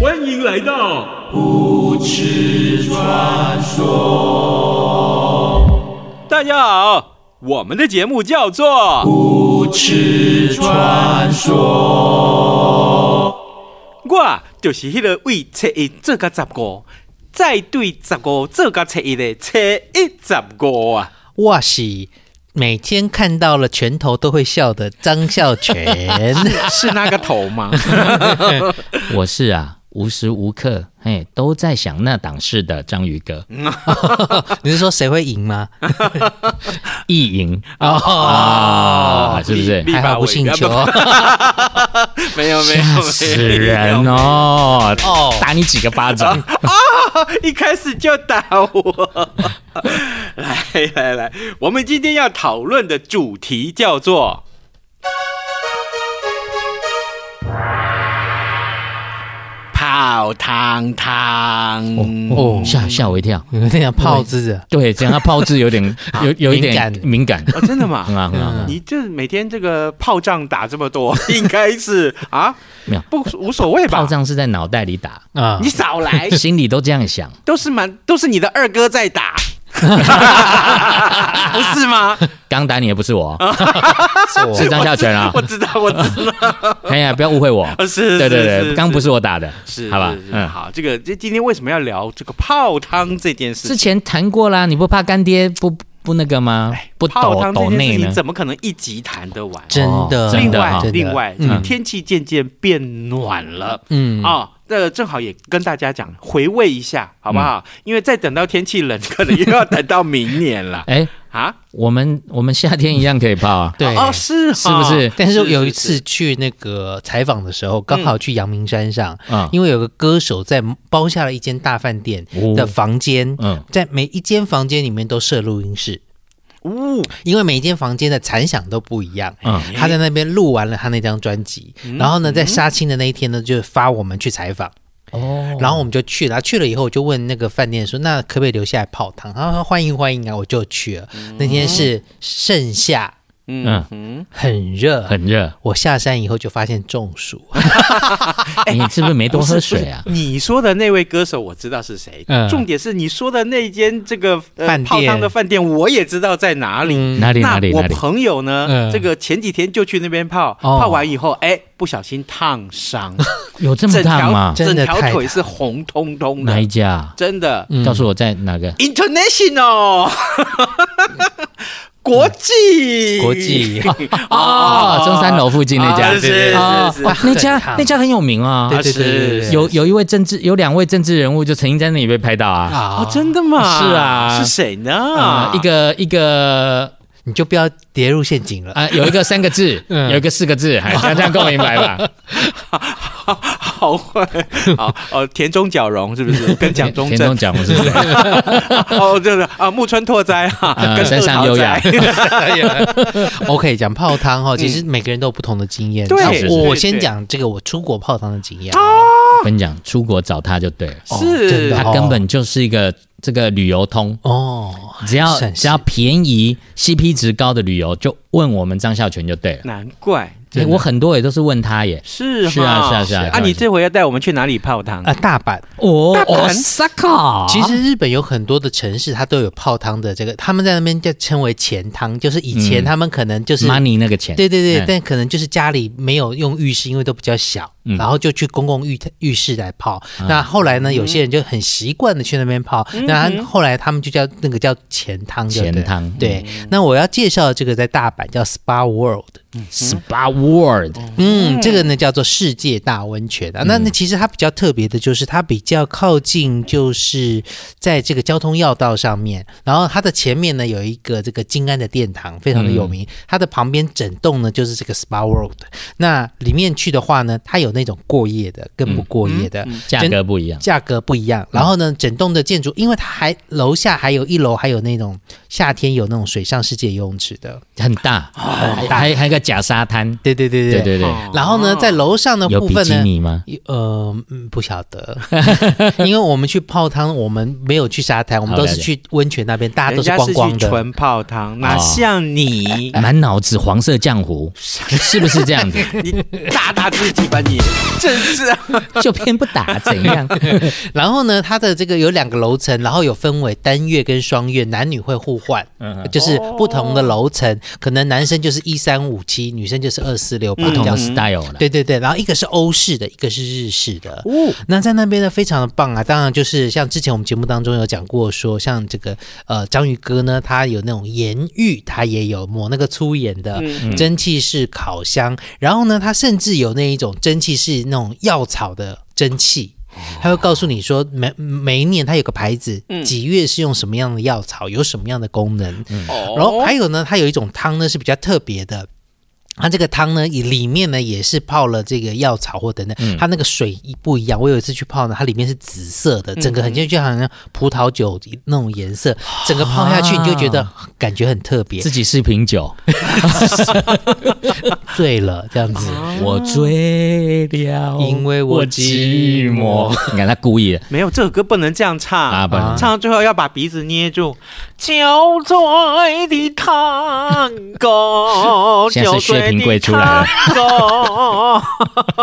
欢迎来到不耻传说。大家好，我们的节目叫做不耻传说。我就是迄个为初一做到十五，再对十五做到初一的初一十五啊！哇西，每天看到了拳头都会笑的张孝 全，是那个头吗？我是啊，无时无刻嘿都在想那档事的章鱼哥，你是说谁会赢吗？意淫哦，啊，是不 是立？还好不姓邱。 没有没有吓没死有，人哦！哦打你几个巴掌！ 一开始就打我。 来来来，我们今天要讨论的主题叫做泡汤汤。哦，吓吓我一跳。 有点像炮制的，对，讲他泡字有 点有有一点敏 感，哦，真的吗？很好很好，你这每天这个炮仗打这么多， 应该是啊，没有不无所谓吧炮？仗是在脑袋里打，啊你，少 来，心里都这样 想。都是蛮都是你的二哥在 打， 不是吗？刚打你的不是我，是我是张孝全啊 我！知道，我知道。哎呀，不要误会我。啊， 是， 对对是是对，刚不是是我打的，是，好吧是？是嗯，好，这个这今天为什么要聊这个泡汤这件事之情？前谈过啦，你不怕干爹不不那个吗？不哎泡抖汤抖这件内事呢情？怎么可能一集谈得完？真的，哦另真的嗯外哈，真的另外，这个天气渐渐变暖了嗯，。啊。这正好也跟大家讲，回味一下好不好？嗯因为再等到天气冷，可能又要等到明年了哎， 啊。我们我们夏天一样可以泡啊 对。哦，是是哈不是但是有一次去那个采访的时候，刚好去阳明山上，嗯因为有个歌手在包下了一间大饭店哦的房间，嗯在每一间房间里面都设录音室，呜，因为每一间房间的残响都不一样。嗯他在那边录完了他那张专辑，嗯然后呢，在杀青的那一天呢，就发我们去采访。哦，然后我们就去了，去了以后我就问那个饭店说：“那可不可以留下来泡汤？”他说：“欢迎欢迎啊！”我就去了。那天是盛夏，嗯嗯，很热，很 热，我下山以后就发现中暑，你是不是没多喝 水 啊？你说的那位歌手我知道是谁，嗯重点是你说的那间这个呃饭店泡汤的饭店，我也知道在哪里。嗯，哪里那哪里我哪里？朋友呢？嗯这个前几天就去那边泡，哦泡完以后，哎，不小心烫伤，有这么整烫条吗？整真的条太腿是红彤彤哪一的，家啊？真的。嗯告诉我在哪个？ International，国际，国 际哦，中山楼附近那家，啊是是 哦是哇，那家正常那家很有名啊。对对啊是对对对，有有一位政治，有两位政治人物就曾经在那里被拍到啊。哦啊，，真的吗？是啊是谁呢啊、？一个一个你就不要跌入陷阱了。 啊、有一个三个字， 嗯有一个四个字，哎 这样这样够明白吧？好会，好 哦，田中角荣是不是？跟蒋中田正中 讲我是谁？ 哦，就是啊，木村拓哉哈， 啊跟山上贺桃优哉 OK，讲泡汤哈，其实每个人都有不同的经验。对那是我是先对讲这个我出国泡汤的经啊验。我跟你讲，出国找他就对了，真是的哦他根本就是一个这个旅游通，哦，只要省事只要便宜、CP 值高的旅游，就问我们张孝全就对了。难怪哎我很多也都是问他耶。是是啊哈是啊是啊，啊你这回要带我们去哪里泡汤？啊，大阪，哦，大阪 Osaka，其实日本有很多的城市，它都有泡汤的这个，他们在那边就称为钱汤，就是以前嗯他们可能就是 money 那个钱，对对对嗯，但可能就是家里没有用浴室，因为都比较小，嗯然后就去公共浴浴室来泡。那后来呢，有些人就很习惯的去那边泡，那他后来他们就叫那个叫钱汤就对了，嗯钱汤嗯对，那我要介绍的这个在大阪叫 Spa World。嗯 Spa World，嗯，这个呢叫做世界大温泉嗯啊。那那其实它比较特别的就是它比较靠近，就是在这个交通要道上面，然后它的前面呢有一个这个金安的殿堂，非常的有嗯名。它的旁边整栋呢就是这个 Spa World。那里面去的话呢，它有那种过夜的跟不过夜的，价格不一样。价格不一嗯样。然后呢，整栋的建筑，因为它还楼下还有一楼，还有那种夏天有那种水上世界游泳池的。很大，还还还有个假沙滩，对对哦对对对对，哦然后呢，在楼上的有部比分基呢，尼吗？呃，嗯不晓得， 因为我们去泡汤，我们没有去沙滩，我们好都了是解？去温泉那边，大家人都家光是光去 的。纯泡汤，哪像你 哎满脑子黄色 浆糊，是不是这样子？你大打自己吧你，真是啊！就偏不打，怎 样？然后呢，它的这个有两个楼层，然后有分为单月跟双月，男女会互换，就是不同的楼层，可能男生就是一三五七，女生就是二四六八不这同的样子。 style 了。对对对，然后一个是欧式的，一个是日式的。哦那在那边呢，非常的棒啊！当然就是像之前我们节目当中有讲过说，像这个呃章鱼哥呢，他有那种盐浴，他也有抹那个粗盐的蒸汽式烤箱，然后呢，他甚至有那一种蒸汽式那种药草的蒸汽。他会告诉你说，每每一年它有个牌子，几月是用什么样的药草，有什么样的功能。哦然后还有呢，它有一种汤呢是比较特别的。它这个汤呢，也里面呢也是泡了这个药草或等等，它那个水不一样。我有一次去泡呢，它里面是紫色的，整个很像就好像葡萄酒那种颜色，整个泡下去你就觉得感觉很特别自，己是瓶酒，醉了这样子。我醉了，因为我寂寞。你看他故意的没有这首歌不能这样唱啊，不然唱到最后要把鼻子捏住，憔悴的糖果， 现在是薛平贵出来了 了。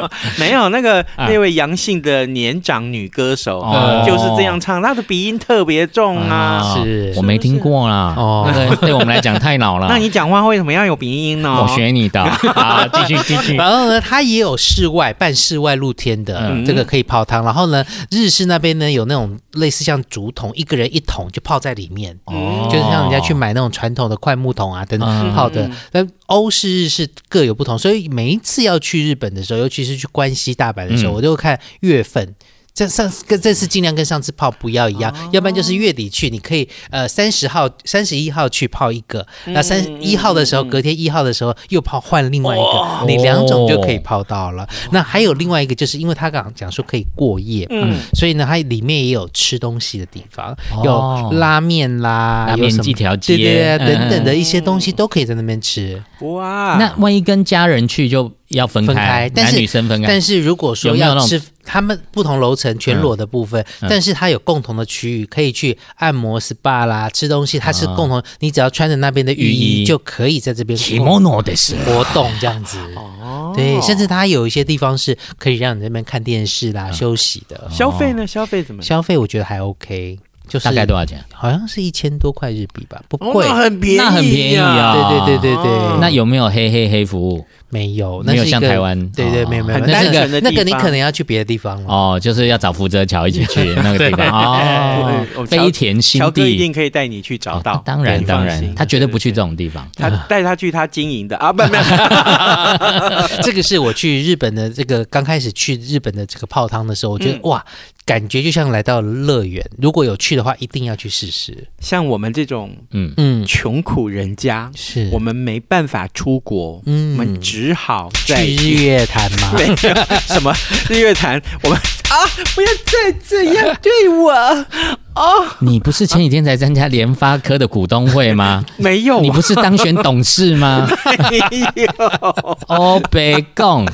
没有那个啊那位阳性的年长女歌手哦就是这样唱，她的鼻音特别重啊。是我没听过啦。哦那个对我们来讲太老了。 哦那你讲话为什么要有鼻音呢？我学你的啊，继续继续。然后呢，它也有室外半室外露天的，嗯这个可以泡汤。然后呢，日式那边呢有那种类似像竹筒，一个人一桶就泡在里面，哦就是像人家去买那种传统的快木桶啊等嗯等泡的。但欧式、日式各有不同，所以每一次要去日本的时候，尤其是去关西、大阪的时候，嗯我就看月份。这上次跟这次尽量跟上次泡不要一哦样，要不然就是月底去，你可以呃三十号、三十一号去泡一个，嗯那三一号的时候，隔天一号的时候又泡换另外一嗯个，你两种就可以泡到哦了。那还有另外一个，就是因为他刚讲说可以过夜嘛，嗯所以呢，它里面也有吃东西的地方，哦有拉面啦，拉面有什么一条街对对对嗯等等的一些东西都可以在那边吃，哇， 那万一跟家人去就要分分开但男是女生分开但。是如果说有没有那要种嗯吃他们不同楼层全裸的部分，但是它有共同的区域，可以去按摩 SPA 啦，吃东西，它是共同，你只要穿着那边的浴啊浴衣衣就可以在这边起哦摩诺的是活动这 样子。对，甚至它有一些地方是可以让你在那边看电视嗯啦、休息的。消费呢？消费怎么？消费我觉得还 OK，就是哦大概多少钱？好像是一千多块日币吧，不哦贵。那很便宜呀，那很便宜啊对对对对对，那有没有黑黑黑服务？没有，那没有是一像个台湾对对，哦没有没有，很那单纯个的那个地你方可能要去别的地方了。哦，就是要找福泽桥一起去那个地方哦对，我飞田新乔哥一地定可以带你去找哦到。当然对当放然，心他绝对不去对这种地方。他 带他去他经营的啊，不不， 这个是我去日本的这个刚开始去日本的这个泡汤的时候，我嗯觉得哇，感觉就像来到了乐园。如果有去的话，一定要去试试。像我们这种嗯，嗯，穷苦人家，是我们没办法出国，嗯我们只好去在日月潭 嘛，没有什么日月潭，我们啊，不要再这样对我，你不是前几天才参加联发科的股东会吗？没有，啊你不是当选董事吗？ 没有，哦，北贡，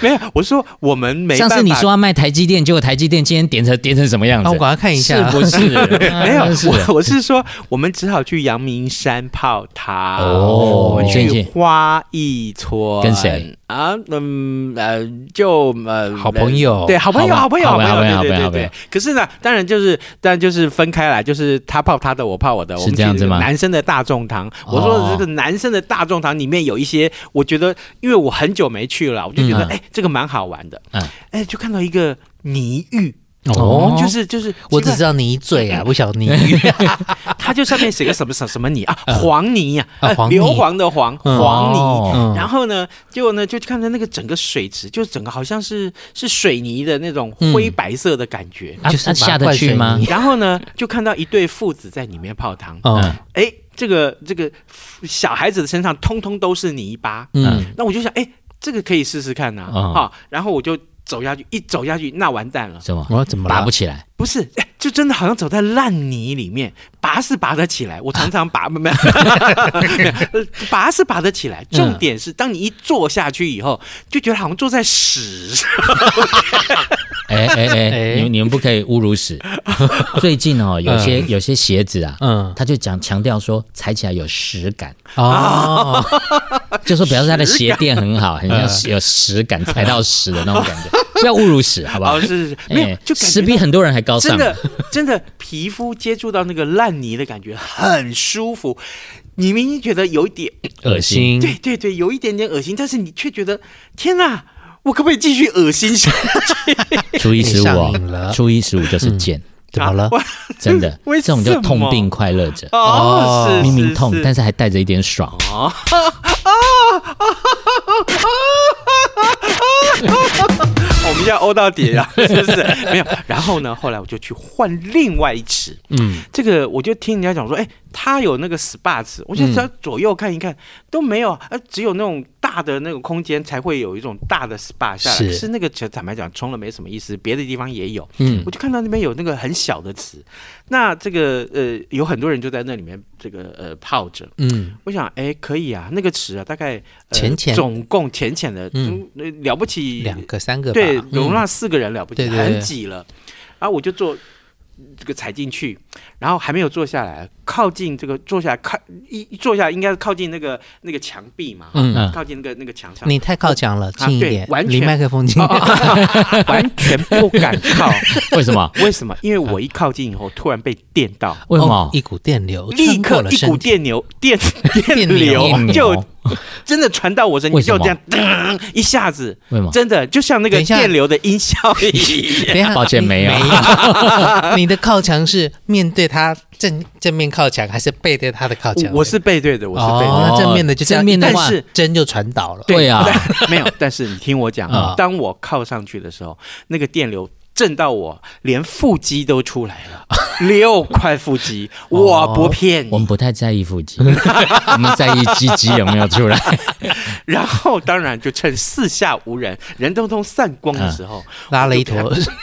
没有，我说我们没上办法，次你说要卖台积电，结果台积电今天跌成跌成什么样那子啊哦我？赶快看一是下。不是？ 没有啊是，我我是说，我们只好去阳明山泡汤。哦我们你最去近花艺村跟谁啊？嗯呃，就呃，好朋友对，好朋友，好好吧朋友，好吧朋友，对对好吧好吧对好对吧。可是呢，当然就是，当然就是分开来，就是他泡他的，我泡我的，是我们这样子去吗男生的大众堂，我哦说的这个男生的大众堂里面有一些，我觉得，因为我很久没去了，我就觉得，嗯哎，这个蛮好玩的嗯，哎，就看到一个泥浴。哦，就是嗯就是，我只奇知怪道泥嘴啊，不晓 得泥鱼。啊它就上面写个什么什么什么泥啊，黄泥呀、啊呃黄泥硫磺的黄嗯黄泥。哦嗯然后呢，结果呢，就看到那个整个水池，就整个好像是是水泥的那种灰白色的感觉。啊就是啊下得去把吗它灌水泥？然后呢，就看到一对父子在里面泡汤。嗯哎，这个这个小孩子的身上通通都是泥巴。嗯那我就想，哎，这个可以试试看呐、啊，嗯哈、然后我就走下去，一走下去，那完蛋了，什么我怎么拔了不？起来？不是，哎就真的好像走在烂泥里面，拔是拔得起来，我常常拔，没有，呃 拔是拔得起来。嗯重点是，当你一坐下去以后，就觉得好像坐在屎上。哎哎哎哎，你们你们不可以侮辱屎。最近哦，有些有些鞋子啊，嗯他就讲强调说踩起来有实感，哦， 就说表示他的鞋垫很好，很像是有实感，踩到屎的那种感觉。不要侮辱屎，好不好哦，？是是是，哎没有，就感屎觉比很多人还高真尚。的真的皮肤接触到那个烂泥的感觉很舒服。你明明觉得有一点，恶心。对对对，有一点点恶心，但是你却觉得天哪，我可不可以继续恶心下去？初一十五你上瘾哦了，初一十五就是贱，怎么了？真的，嗯为这种就什么痛并快乐着。哦，是明明痛，但是是还带着一点爽。是我们要欧到底啊，是不是？没有。然后呢，后来我就去换另外一池，嗯，这个我就听人家讲说，哎，它有那个 SPA 池，我就嗯只要左右看一看、都没有，呃，只有那种大的那种空间才会有一种大的 SPA 下来。是可是那个池坦白讲冲了没什么意思，别的地方也有。嗯我就看到那边有那个很小的池，那这个呃有很多人就在那里面这个呃泡着。嗯我想，哎，可以啊，那个池啊，大概、呃、浅浅总共浅浅的，嗯嗯，呃了不起两个三个吧对，嗯容纳四个人了不起，对对对很挤了。然后我就坐这个踩进去，然后还没有坐下来，靠近这个坐下来靠一一坐下来应该是靠近那个那个墙壁嘛，嗯嗯靠近那个那个墙上。你太靠墙了，啊近一对点完，全离麦克风近哦。哦 完全不敢靠，为什么？为什么？因为我一靠近以后，突然被电到，为什哦么？一股电流立穿过刻了一身股体，电流，电 电电流流电流就真的传到我身体，为什就么这样，噔一下子，为什么？真的就像那个等一下电流的音效一 样。等一下，抱歉没有你 你的靠墙是面对他正正面靠墙，还是背对他的靠墙？我我是背对的，我是背对哦，的。那正面的就这样，正面的话但是针就传导了。对啊，但没有。但是你听我讲啊，当我靠上去的时候，那个电流震到我，连腹肌都出来 了，六块腹肌，我不骗哦我们你。不太在意腹肌，我们在意鸡鸡有没有出来。 然后当然就趁四下无人，人通通散光的时候，啊拉了一 坨，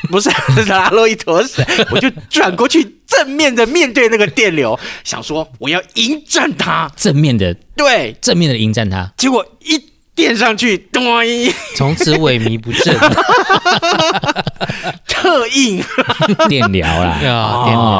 不是拉落一坨 屎，我就转过去正面的面对那个电流，想说我要迎战它。正面的，对，正面的迎战他。结果一电上去，咚，从此萎靡不振。特硬。 电疗啦，啊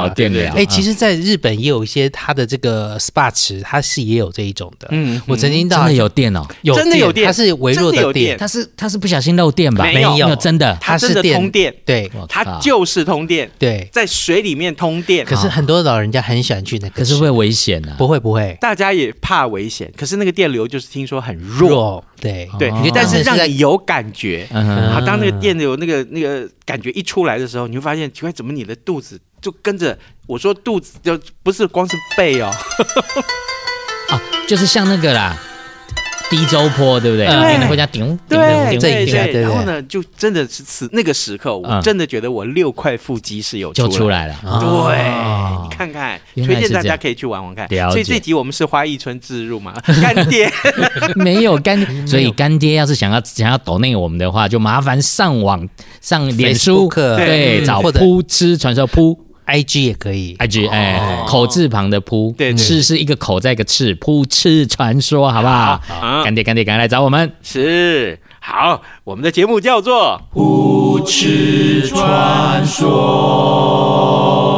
哦电疗哎，其实，在日本也有一些它的这个 SPA 池，它是也有这一种的。嗯嗯，我曾经真到的有电哦，有真的有电它是微弱真的有电电，他是他是不小心漏电吧？没有没有，真的。它它是真的电通电，对我靠它就是通电，对。在水里面通电。可是很多老人家很喜欢去那个可池，是会危险啊。不会不会大家也怕危险，可是那个电流就是听说很弱，弱对对，哦但是是让在你有感觉。嗯哼，好，当那个电流那个那个感觉一出来的时候，你会发现奇怪，怎么你的肚子就跟着我说肚子就不是光是背 哦，哦，就是像那个啦，低周坡，对不对？对你回家顶对顶对顶这一下对对对，然后呢，就真的是此那个时刻，我啊嗯真的觉得我六块腹肌是有就出来。来了。对，你看看，原推来是荐大这家样可以去玩玩看。了解所以这集我们是花一春自入嘛， 干爹。哦没有 干，所以干爹要是想要想要抖内我们的话，就麻烦上网上脸书， Facebook，对，嗯找或者扑吃传说扑，IG 也可以。 IG，哎，口字旁的扑，对对吃是一个口在一个翅，扑吃传说，好不好？好干爹干爹，赶快来找我们。是好，我们的节目叫做《不吃传说》。